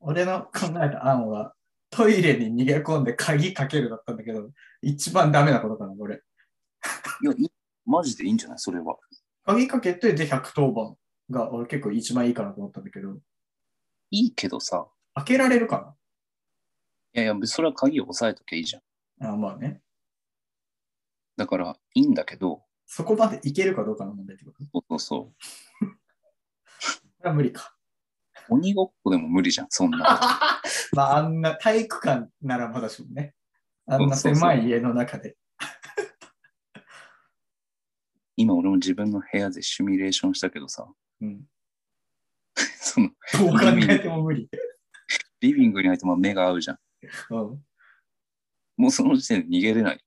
E: 俺の考えた案は、トイレに逃げ込んで鍵かけるだったんだけど、一番ダメなことかな、俺。
D: いや、いいマジでいいんじゃないそれは。
E: 鍵かけて、で、110番が、俺結構一番いいかなと思ったんだけど、
D: いいけどさ、
E: 開けられるか
D: いやいや、それは鍵を押さえときゃいいじゃん。
E: なあまあね。
D: だから、いいんだけど、
E: そこまでいけるかどうかの問題ってこと
D: そうそうそ
E: それは無理か。
D: う。鬼ごっこでも無理じゃん、そんな。
E: まあ、あんな体育館ならまだしもね。あんな狭い家の中で。
D: 今俺も自分の部屋でシミュレーションしたけどさ、
E: うん。
D: その、
E: どう考えても無理。
D: リビングに入っても目が合うじゃん。
E: うん。
D: もうその時点で逃げれない。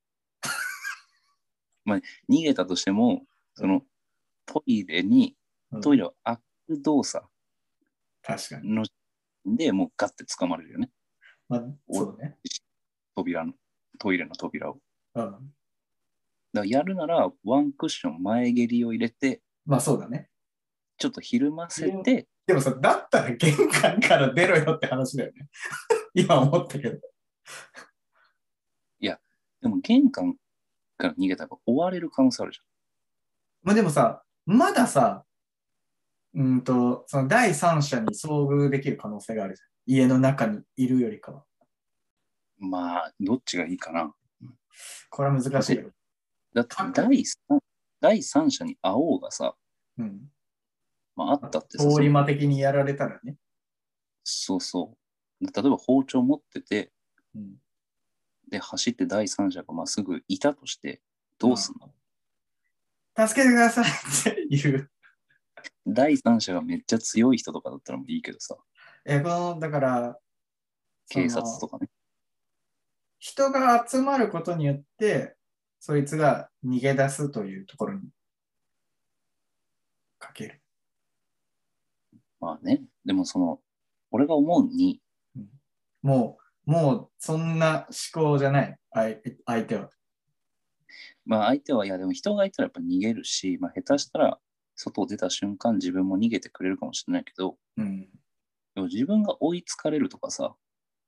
D: まあ、逃げたとしても、その、トイレに、
E: うん
D: トイレを開く動作
E: 確かに。
D: の、で、もうガッて掴まれるよね。
E: まあ、そうね。
D: 扉の、トイレの扉を。
E: うん。
D: だからやるなら、ワンクッション前蹴りを入れて、
E: まあ、そうだね。
D: ちょっとひるませて、
E: でもさ、だったら玄関から出ろよって話だよね。 今思ったけど。
D: でも玄関から逃げたら追われる可能性あるじ
E: まあでもさ、まださ、うんと、その第三者に遭遇できる可能性があるじゃん。家の中にいるよりかは。
D: ゃん。まあ、どっちがいいかな。
E: これは難しいよ。
D: だって第三、第三者に会おうがさ、
E: うん。
D: まあ、あったってさ、
E: 通り魔的にやられたらね。
D: そうそう。例えば包丁持ってて、
E: うん。
D: で、走って第三者がまあすぐいたとして、どうすんの、
E: 助けてくださいって言う。
D: 第三者がめっちゃ強い人とかだったらもういいけどさ、
E: え、この、だから、その
D: 警察とかね。
E: 人が集まることによって、そいつが逃げ出すというところにかける。
D: まあね、でもその、俺が思うに、
E: もう、もう、そんな思考じゃない。相相手は。
D: まあ相手は、いやでも人がいたらやっぱ逃げるし、まあ下手したら外を出た瞬間自分も逃げてくれるかもしれないけど、
E: うん。
D: でも自分が追いつかれるとかさ、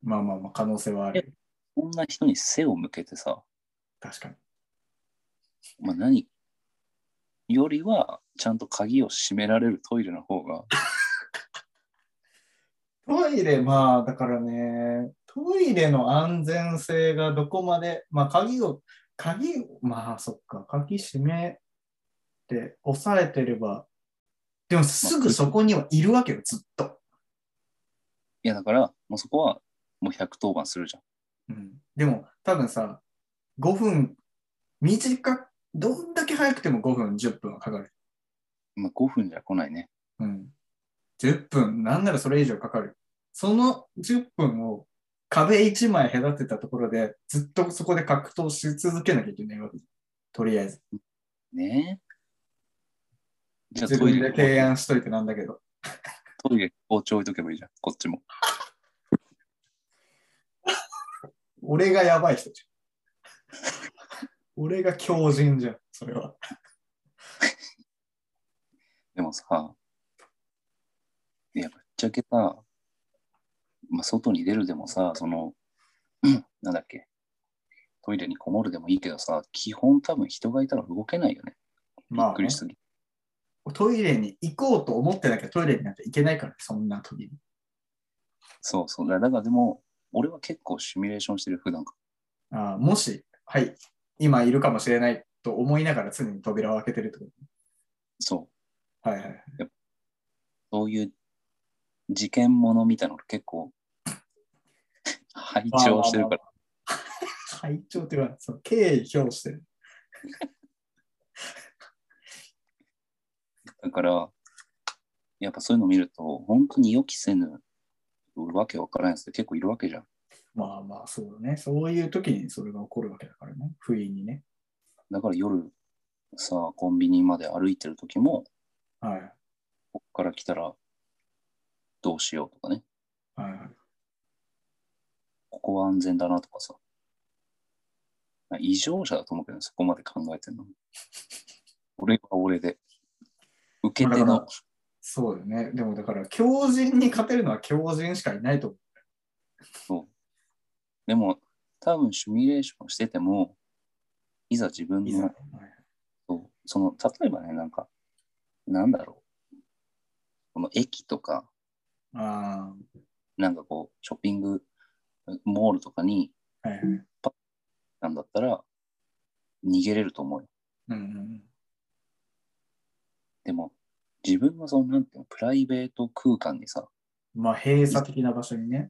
E: まあまあまあ、可能性はある。
D: こんな人に背を向けてさ、
E: 確かに。
D: まあ何よりはちゃんと鍵を閉められるトイレの方が、
E: トイレ、まあ、だからね、トイレの安全性がどこまで、まあ、鍵を、鍵を、まあ、そっか、鍵閉めて、押さえてれば、でも、すぐそこにはいるわけよ、ずっと。
D: いやだからもうそこはもう110番するじゃん。
E: うん、でも、多分さ、5分、短く、どんだけ早くても5分、10分はかかる。
D: まあ、5分じゃ来ないね。
E: うん。10分、なんならそれ以上かかる。その10分を壁1枚隔てたところで、ずっとそこで格闘し続けなきゃいけないわけじゃん。とりあえず。
D: ねえ。じゃあ
E: 自
D: トイ
E: 分
D: レ
E: で、提案しといてなんだけど。
D: トイレ、包丁置いとけばいいじゃん、こっちも。
E: 俺がやばい人じゃん。俺が強靭じゃん、それは。
D: でもさ、いや、ぶっちゃけさ、まあ、外に出るでもさ、その、 なんだっけ、トイレにこもるでもいいけどさ、基本多分人がいたら動けないよね。び
E: ま
D: っ
E: あ
D: く
E: ね
D: りしすぎ。
E: トイレに行こうと思ってなきゃトイレになんて行けないから、そんな時に。
D: そうそう。だだからでも、俺は結構シミュレーションしてる、普段か
E: あーもし、はい、今いるかもしれないと思いながら常に扉を開けてるってこ
D: ら。そう。
E: と。はいはいはい。
D: そういう事件ものみたいなの結構、拝聴してるから。
E: 会長っていうか、その敬意表してる。
D: だから、やっぱそういうの見ると、本当に予期せぬ、わけわからないやつって結構いるわけじゃん。
E: まあまあ、そうだね。そういう時にそれが起こるわけだからね。不意にね。
D: だから夜、さ、コンビニまで歩いてる時も、
E: はい。
D: こっから来たら、どうしようとかね、
E: はいはい、
D: ここは安全だなとかさ。異常者だと思うけどね、そこまで考えてるの。俺は俺で。受け手
E: まあだ
D: の
E: か、そうだよね。でもだから、強靭に勝てるのは強靭しかいないと思
D: でも、多分シミュレーションしてても、いざ自分
E: う。いざ。
D: の
E: はい
D: そうその例えばね、なんか、なんだろう。も駅とか、
E: あ
D: なんかこう、ショッピングモールとかに、
E: あ、はいはい。
D: なんだったら、逃げれると思うよ。
E: うんうん
D: でも、自分のその、なんていうの、プライベート空間にさ、
E: うん。まあ、閉鎖的な場所にね。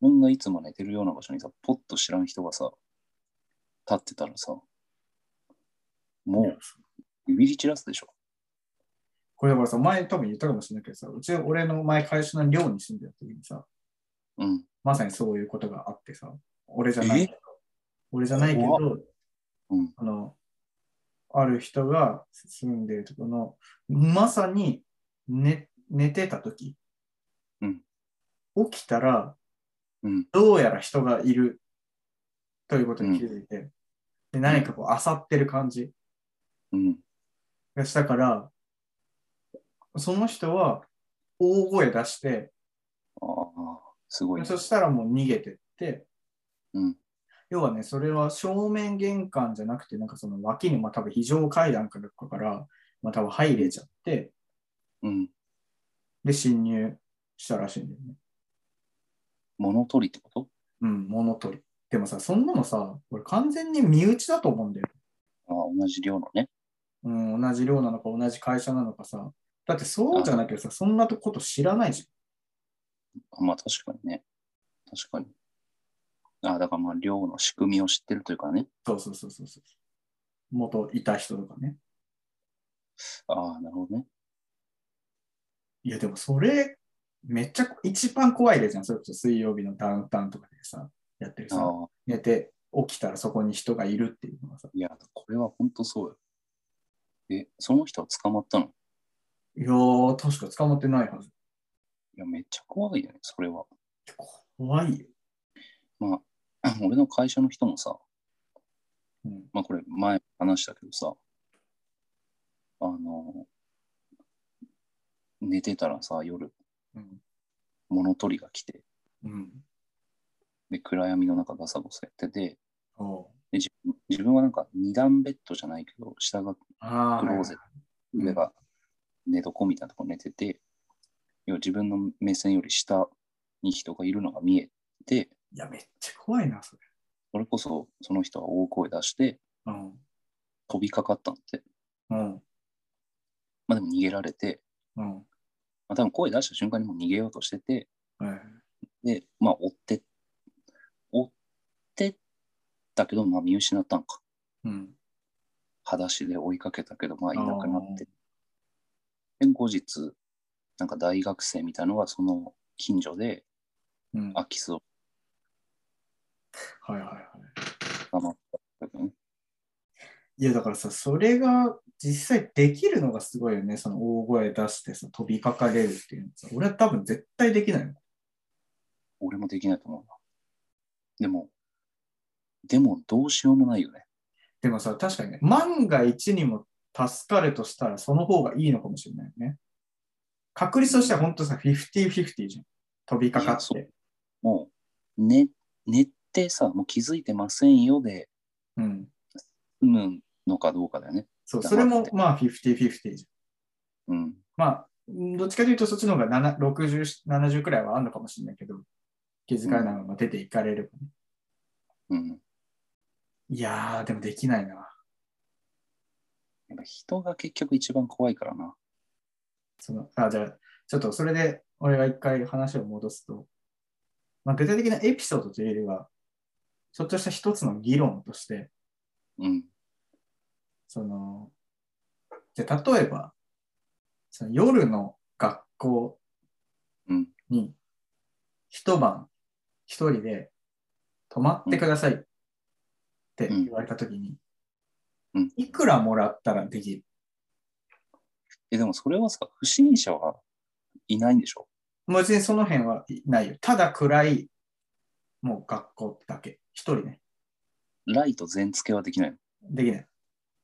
D: 自分がいつも寝てるような場所にさ、ポッと知らん人がさ、立ってたらさ、もう、ビビり散らすでしょ。
E: これだからさ、前多分言ったかもしれないけどさ、うち俺の前会社の寮に住んでた時にさ、
D: うん。
E: まさにそういうことがあってさ、俺じゃないけど、俺じゃないけど
D: 怖、うん。
E: あの、ある人が住んでるところの、まさに寝寝てた時、
D: うん
E: 起きたら、
D: うん。
E: どうやら人がいるということに気づいて、で何かこう、漁ってる感じ
D: うん。
E: がしたから、その人は大声出して、
D: ああ、すごい、ね
E: そ。したらもう逃げてって、
D: うん。
E: 要はね、それは正面玄関じゃなくて、なんかその脇に、まあ多分非常階段かどっかから、まあ多分入れちゃって、
D: うん。
E: で、侵入したらしいんだよね。
D: 物取りってこと
E: うん、物取り。でもさ、そんなのさ、俺完全に身内だと思うんだよ。
D: ああ、同じ量のね。
E: うん、同じ寮なのか同じ会社なのかさ。だってそうじゃなきゃさ、そんなこと知らないじ
D: あまあ確かにね。確かに。ああ、だからまあ量の仕組みを知ってるというかね。
E: ゃん。そうそうそうそうそう。元いた人とかね。
D: ああ、なるほどね。
E: いや、でもそれ、めっちゃ一番怖い例じゃん。それこそ水曜日のダウンタウンとかでさ、やってるさ、
D: ああ、
E: 寝て起きたらそこに人がいるっていうのはさ。
D: いや、これは本当そうよ。え、その人は捕まったのい
E: いやー、確か捕まってないはず。
D: や、めっちゃ怖いよね、それは。
E: 怖いよ。
D: まあ、俺の会社の人もさ、
E: うん。
D: まあこれ前話したけどさ、あの、寝てたらさ、夜
E: うん。
D: 物取りが来て、
E: うん。
D: で、暗闇の中ガサゴサやってて、
E: おう
D: で自分自分はなんか二段ベッドじゃないけど、下が
E: ああ、
D: クローゼット、
E: うん
D: 上が寝床みたいなとこ寝てて、要は自分の目線より下に人がいるのが見えて、
E: いや、めっちゃ怖いな、それ。
D: それこそその人は大声出して
E: うん。
D: 飛びかかったんで、
E: うん。
D: まあでも逃げられて、
E: うん。
D: まあ多分声出した瞬間にもう逃げようとしてて、
E: はい。
D: で、まあ追って、追ってだけど、まあ見失ったんか。
E: うん。
D: 裸足で追いかけたけど、まあいなくなって
E: あ。
D: で、後日、なんか大学生みたいのがその近所で
E: うん。は
D: 空き巣を
E: いはいはい。
D: 捕まったんだけどね。
E: いや、だからさ、それが実際できるのがすごいよね。その大声出してさ、飛びかかれるっていうのさ。俺は多分絶対できないの。
D: 俺もできないと思うな。でも、でもどうしようもないよね。
E: でもさ、確かにね、万が一にも助かるとしたら、その方がいいのかもしれないよね。確率としては本当さ、50-50じゃん。飛びかか
D: いや
E: っ
D: そ
E: て。
D: もう、寝、寝てさ、もう気づいてませんよで、
E: うん。
D: 済むのかどうかだよね。
E: そう、
D: だ
E: そ
D: から
E: れもまあ50-50じゃん。
D: うん。
E: まあ、うんどっちかというとそっちの方が7 60、70くらいはあるのかもしれないけど、気づかないまま出ていかれればね。
D: うん。
E: いやー、でもできないな。
D: やっぱ人が結局一番怖いからな。
E: そのあじゃあ、ちょっとそれで俺が一回話を戻すと、まあ、具体的なエピソードというよりは、ちょっとした一つの議論として、
D: うん。
E: その、じゃあ例えば、その夜の学校
D: うん。
E: に一晩一人で泊まってくださいって言われたとき
D: う
E: に、
D: ん
E: いくらもらったらできる
D: え、でもそれはさ、不審者はいないんでしょ
E: もう別にその辺はいないよ。ただ暗い、もう学校だけ。一人ね。
D: ライト全付けはできないの。
E: できない。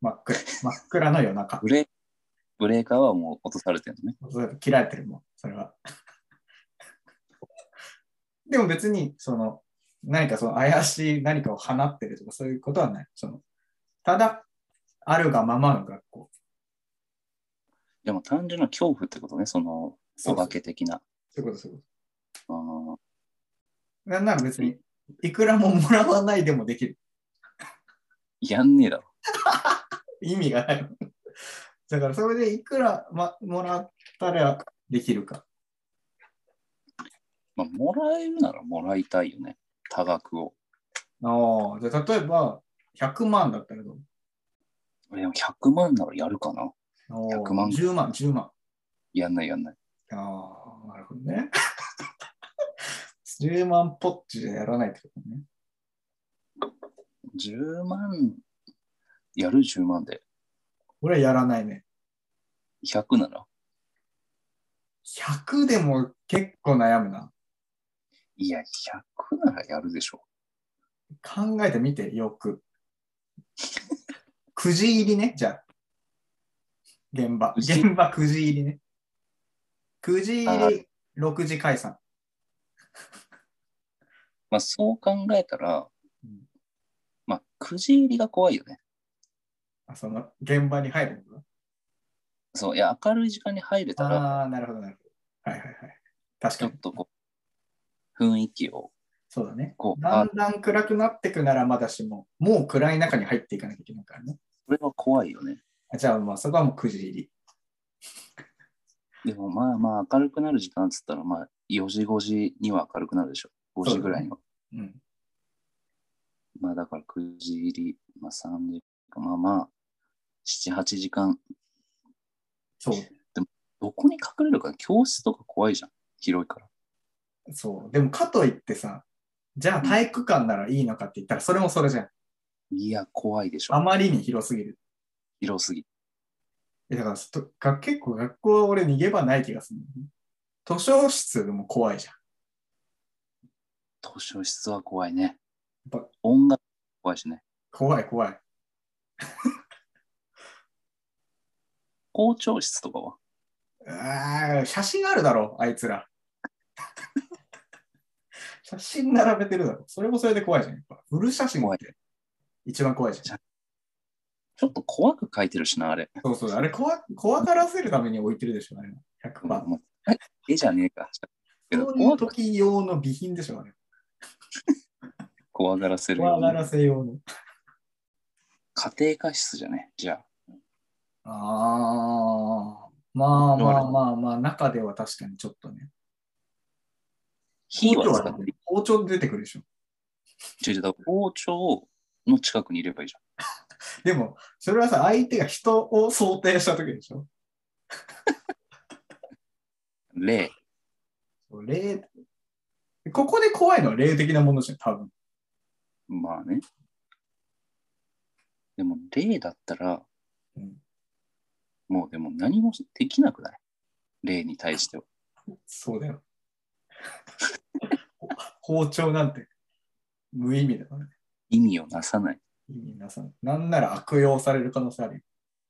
E: 真っ暗。真っ暗の夜中。
D: ブレ、ブレーカーはもう落とされてるのね。
E: 切られてるもん、それは。 でも別に、その、何かその怪しい何かを放ってるとかそういうことはない。その、ただ、あるがままの学校。
D: でも単純な恐怖ってことね、その
E: そ
D: お
E: うそう
D: 化け的な。
E: そういうこと、そういうこ
D: あー
E: と。なんなら別に、いくらももらわないでもできる。
D: やんねえだろ。
E: 意味がない。 だからそれでいくら、ま、もらったらできるか。
D: まあ、もらえるならもらいたいよね。多額を。
E: ああ、じゃあ例えば、100万だったけど、
D: でも100万ならやるかな。100万
E: 10万、10万。
D: やんないやんない。
E: ああ、なるほどね。10万ポッチでやらないってことね。
D: 10万、やる10万で。
E: 俺はやらないね。
D: 100なら。
E: 100でも結構悩むな。
D: いや、100ならやるでしょ。
E: 考えてみて、よく。 くじ入りね、じゃあ。現場。
D: くじ
E: 現場くじ入りね。くじ
D: あ
E: 入り、6時解散。
D: まあ、そう考えたら
E: うん、
D: まあ、くじ入りが怖いよね。
E: あその、現場に入るの
D: そう、いや、明るい時間に入れたら、
E: ああー、なるほど、なるほど。はいはいはい。確
D: ち
E: か
D: ょっ
E: に。
D: とこう、雰囲気を、
E: そうだね。
D: こう、
E: だ
D: あ
E: んだん暗くなってくならまだしも、もう暗い中に入っていかなきゃいけないからね。
D: それは怖いよね。
E: あじゃあ、まあ、そこはもうくじ入り。
D: でも、まあまあ、明るくなる時間っつったら、まあ、4時、5時には明るくなるでしょ。5時ぐらいには。
E: うん。
D: まあ、だから9時入り、まあ、3時か、まあまあ、7、8時間。
E: そう。
D: どこに隠れるか、教室とか怖いじゃん。広いから。
E: そう。でも、かといってさ、じゃあ体育館ならいいのかって言ったら、それもそれじゃん。
D: いや、怖いでし
E: あ
D: ょ。
E: まりに広すぎる。
D: 広すぎ。
E: えだからそとが結構学校は俺逃げ場ない気がするんだよね。図書室でも怖いじゃん。
D: 図書室は怖いね。
E: やっぱ
D: 音楽怖いしね。
E: 怖い怖い。
D: 校長室とかは
E: あー写真あるだろ、あいつら。 写真並べてるだろ。それもそれで怖いじゃん。やっぱ売る写真
D: 怖
E: っ
D: い
E: て一番怖いじゃん。
D: ちょっと怖く書いてるしな、あれ。
E: そうそう。あれ怖怖がらせるために置いてるでしょ、あれ。100%。
D: もうえ絵じゃねえか。けど
E: そういう
D: 怖く
E: 時用の備品でしょ、あれ。
D: 怖がらせるよ
E: 怖
D: う
E: が
D: な
E: らせ用の。
D: 家庭科室じゃね。じゃあ、
E: ああ。まあまあまあまあ、中では確かにちょっとね。
D: 火は使
E: 包丁
D: って、
E: 包丁出てくるでしょ。
D: 違う違うだから包丁の近くにいればいいじゃん。
E: でも、それはさ、相手が人を想定した時でしょ。
D: 霊。
E: 霊、ここで怖いのは霊的なものじゃん、多分。
D: まあね。でも、霊だったら、
E: うん
D: もうでも何もできなくない霊に対しては。
E: そうだよ。 包丁なんて無意味だからね。
D: 意味をなさない。
E: 意味なさん。なんなら悪用される可能性あるよ。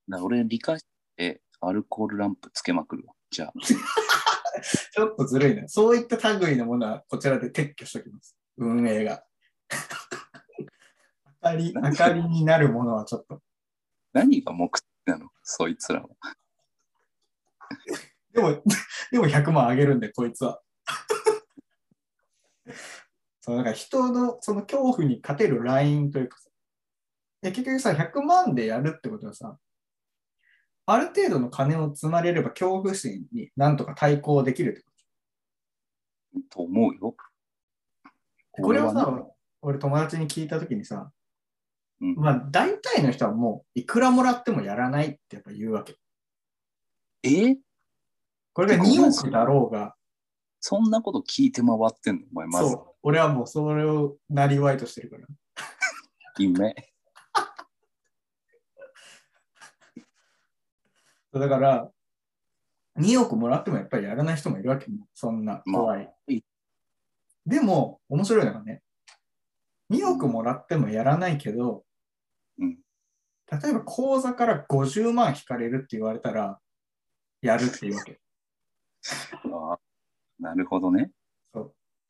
D: だから俺、理科室でアルコールランプつけまくるわ。じゃあ、
E: ちょっとずるいね。そういった類のものはこちらで撤去しておきます。運営が。 明かり、明かりになるものはちょっと。
D: 何が目的なのそいつらは。
E: でも、 でも100万あげるんで、こいつは。 そう、だから人のその恐怖に勝てるラインというかさ。いや結局さ、100万でやるってことはさ、ある程度の金を積まれれば恐怖心になんとか対抗できるってこと
D: と思うよ。
E: これを
D: 俺
E: さ、
D: はね
E: 俺友達に聞いたときにさ、
D: うん
E: まあ大体の人はもういくらもらってもやらないってやっぱ言うわけ。
D: えー
E: これが
D: 結
E: 2
D: 構
E: 億だろうが、
D: そんなこと聞いて回ってんのお前、まず
E: そう。俺はもうそれをなりわいとしてるから。
D: 夢。
E: だから、2億もらってもやっぱりやらない人もいるわけも、そんな怖い。
D: い
E: でも、面白いのがね、2億もらってもやらないけど、
D: うん
E: 例えば口座から50万引かれるって言われたら、やるっていうわけ。
D: あーなるほどね。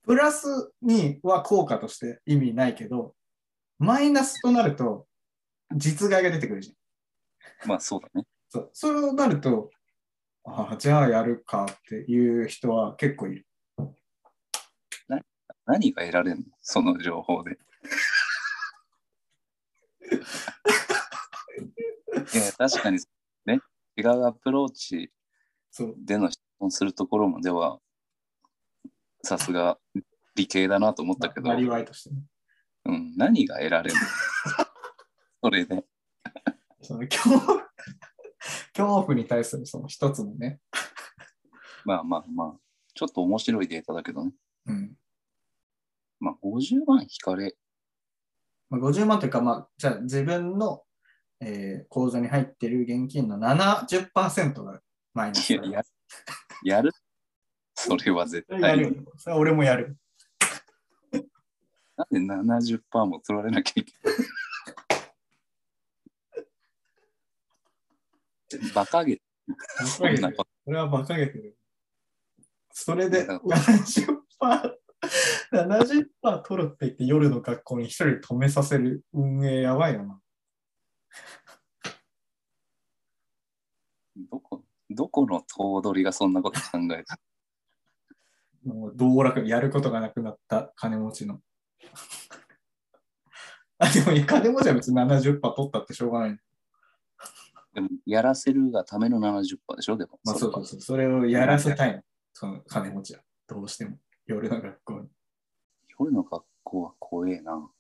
E: プラスには効果として意味ないけど、マイナスとなると、実害が出てくるじゃん。
D: まあそうだね。
E: そうそうなると、あじゃあやるかっていう人は結構いる。
D: 何が得られるのその情報で。いや確かにね、違うアプローチ
E: そう。
D: での質問するところもでは、さすが理系だなと思ったけど、
E: なりわいとしてね。
D: うん、何が得られるのそれで。
E: その 恐怖恐怖に対するその一つのね、
D: まあまあまあ、ちょっと面白いデータだけどね。
E: うん
D: まあ、50万引かれ、
E: まあ、50万というか、まあ、じゃあ自分の、えー口座に入っている現金の70%がマイナス。
D: いやややるそれは絶
E: それや
D: 対
E: る
D: に
E: よ。それ俺もやる。
D: なんで70%も取られなきゃいけない。 バカげ、そんなこ
E: それは馬鹿げてる。それで
D: いや
E: 70%、70%取るって言って夜の学校に一人止めさせる運営やばいよな。
D: とどこ、どこの頭取がそんなこと考えた
E: もう道楽、やることがなくなった金持ちの。 あでも金持ちは別に70%取ったってしょうがない。
D: でもやらせるがための70%でしょでも、
E: まあそうそう
D: そ
E: そう。それをやらせたいの。その金持ちは。どうしても。夜の学校に。
D: 夜の学校は怖えな。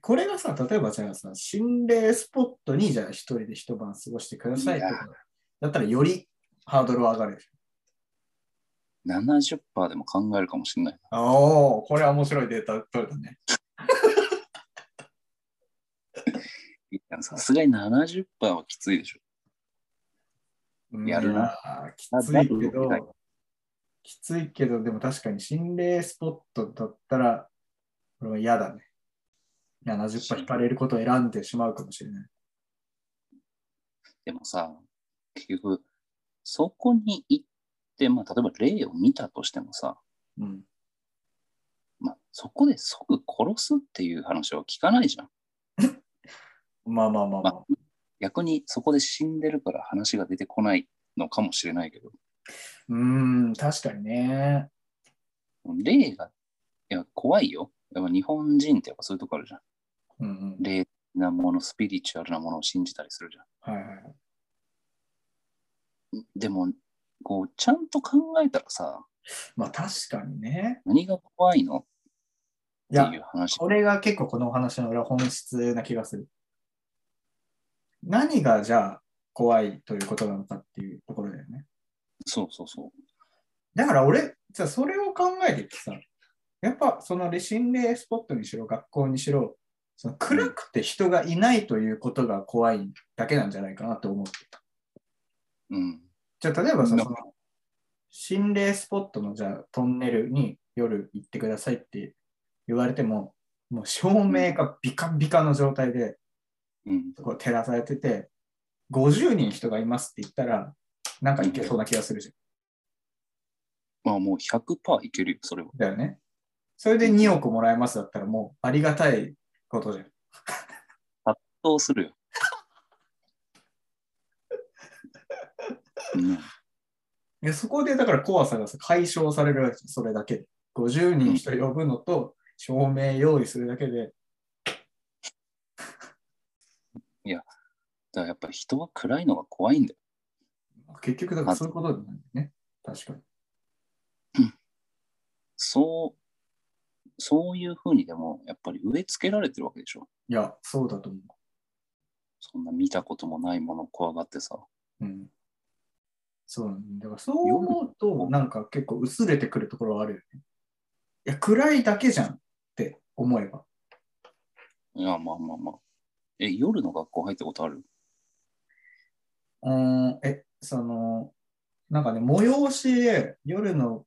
E: これがさ、例えばじゃあさ、心霊スポットにじゃあ一人で一晩過ごしてくださいと
D: い
E: か、だったらよりハードルは上がるでしょ。
D: 70%でも考えるかもしれない。
E: あお、これは面白いデータ取れたね。
D: いやさすがに70%はきついでしょ。
E: うん
D: やるな。
E: いやーきついけど、きついけど、でも確かに心霊スポットだったら、これは嫌だね。70%引かれることを選んでしまうかもしれない。
D: でもさ、結局、そこに行って、まあ、例えば霊を見たとしてもさ、
E: うん。
D: まあ、そこで即殺すっていう話は聞かないじゃん。
E: まあまあまあまあ。
D: 逆にそこで死んでるから話が出てこないのかもしれないけど、
E: うーん、確かにね。
D: 霊が、いや、怖いよ。やっぱ日本人ってやっぱそういうとこあるじゃん。
E: うんうん。
D: 霊的なもの、スピリチュアルなものを信じたりするじゃ
E: はいはいはい。
D: ん。でも、こう、ちゃんと考えたらさ、
E: まあ確かにね。
D: 何が怖いのっ
E: い
D: て
E: や
D: い、う話。
E: これが結構このお話の裏本質な気がする。何がじゃあ怖いということなのかっていうところだよね。
D: そうそうそう。
E: だから俺、じゃあそれを考えてきてさ、やっぱその心霊スポットにしろ、学校にしろ、その暗くて人がいないということが怖いだけなんじゃないかなと思ってた。
D: うん。
E: じゃあ例えばさ、
D: な
E: その心霊スポットのじゃあトンネルに夜行ってくださいって言われても、もう照明がビカビカの状態で、
D: うん。
E: こう照らされてて、50人人がいますって言ったら、なんかいけそうな気がするじ
D: まあもう100%いけるよ、それは。
E: ゃん。だよね。それで2億もらえますだったらもうありがたいことじゃん。
D: そうす るよ。うん
E: でそこでだから怖さがさ解消されるわけじゃんそれだけで。50人人呼ぶのと、照明用意するだけで、
D: だからやっぱ人は暗いのが怖いんだよ。
E: 結局だからそういうことになるよね。確かに。
D: そう、そういうふうにでもやっぱり植え付けられてるわけでしょ。
E: いや、そうだと思
D: そんな見たこともないものを怖がってさ。
E: う。うん。そうなんだだからそう思うと、なんか結構薄れてくるところはあるよね。いや、暗いだけじゃんって思えば。
D: いや、まあまあまあ。え、夜の学校入ったことある
E: うーん、え、その、なんかね、催しで夜の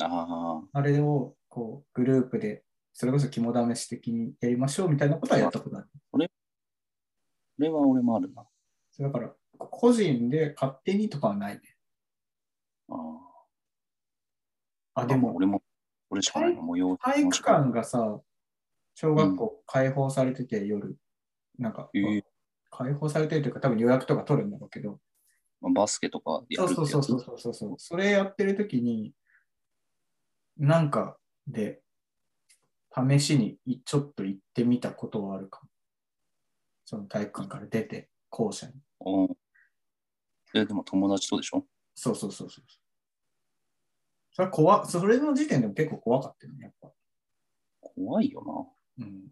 D: ああ、
E: あれをこうグループで、それこそ肝試し的にやりましょうみたいなことはやったことある。
D: これは俺もあるな。
E: それだから、こ個人で勝手にとかはないね。
D: あ
E: あ、
D: あ。
E: でも、
D: 俺も、俺しかないな、模様。
E: 体育館がさ、小学校開放されてて夜、なんか、
D: ええ
E: 開放されてるというか、多分予約とか取るんだろうけど、
D: まあバスケとかや
E: そ
D: るって
E: うそ
D: や
E: う
D: つ
E: そうそうそうそう。それやってる時に、なんかで、試しにいちょっと行ってみたことはあるかも。その体育館から出て、校舎に。
D: うんえでも友達とでしょ
E: そうそうそうそう。それは怖っそれの時点でも結構怖かったよね、やっぱ。
D: 怖いよ
E: うん。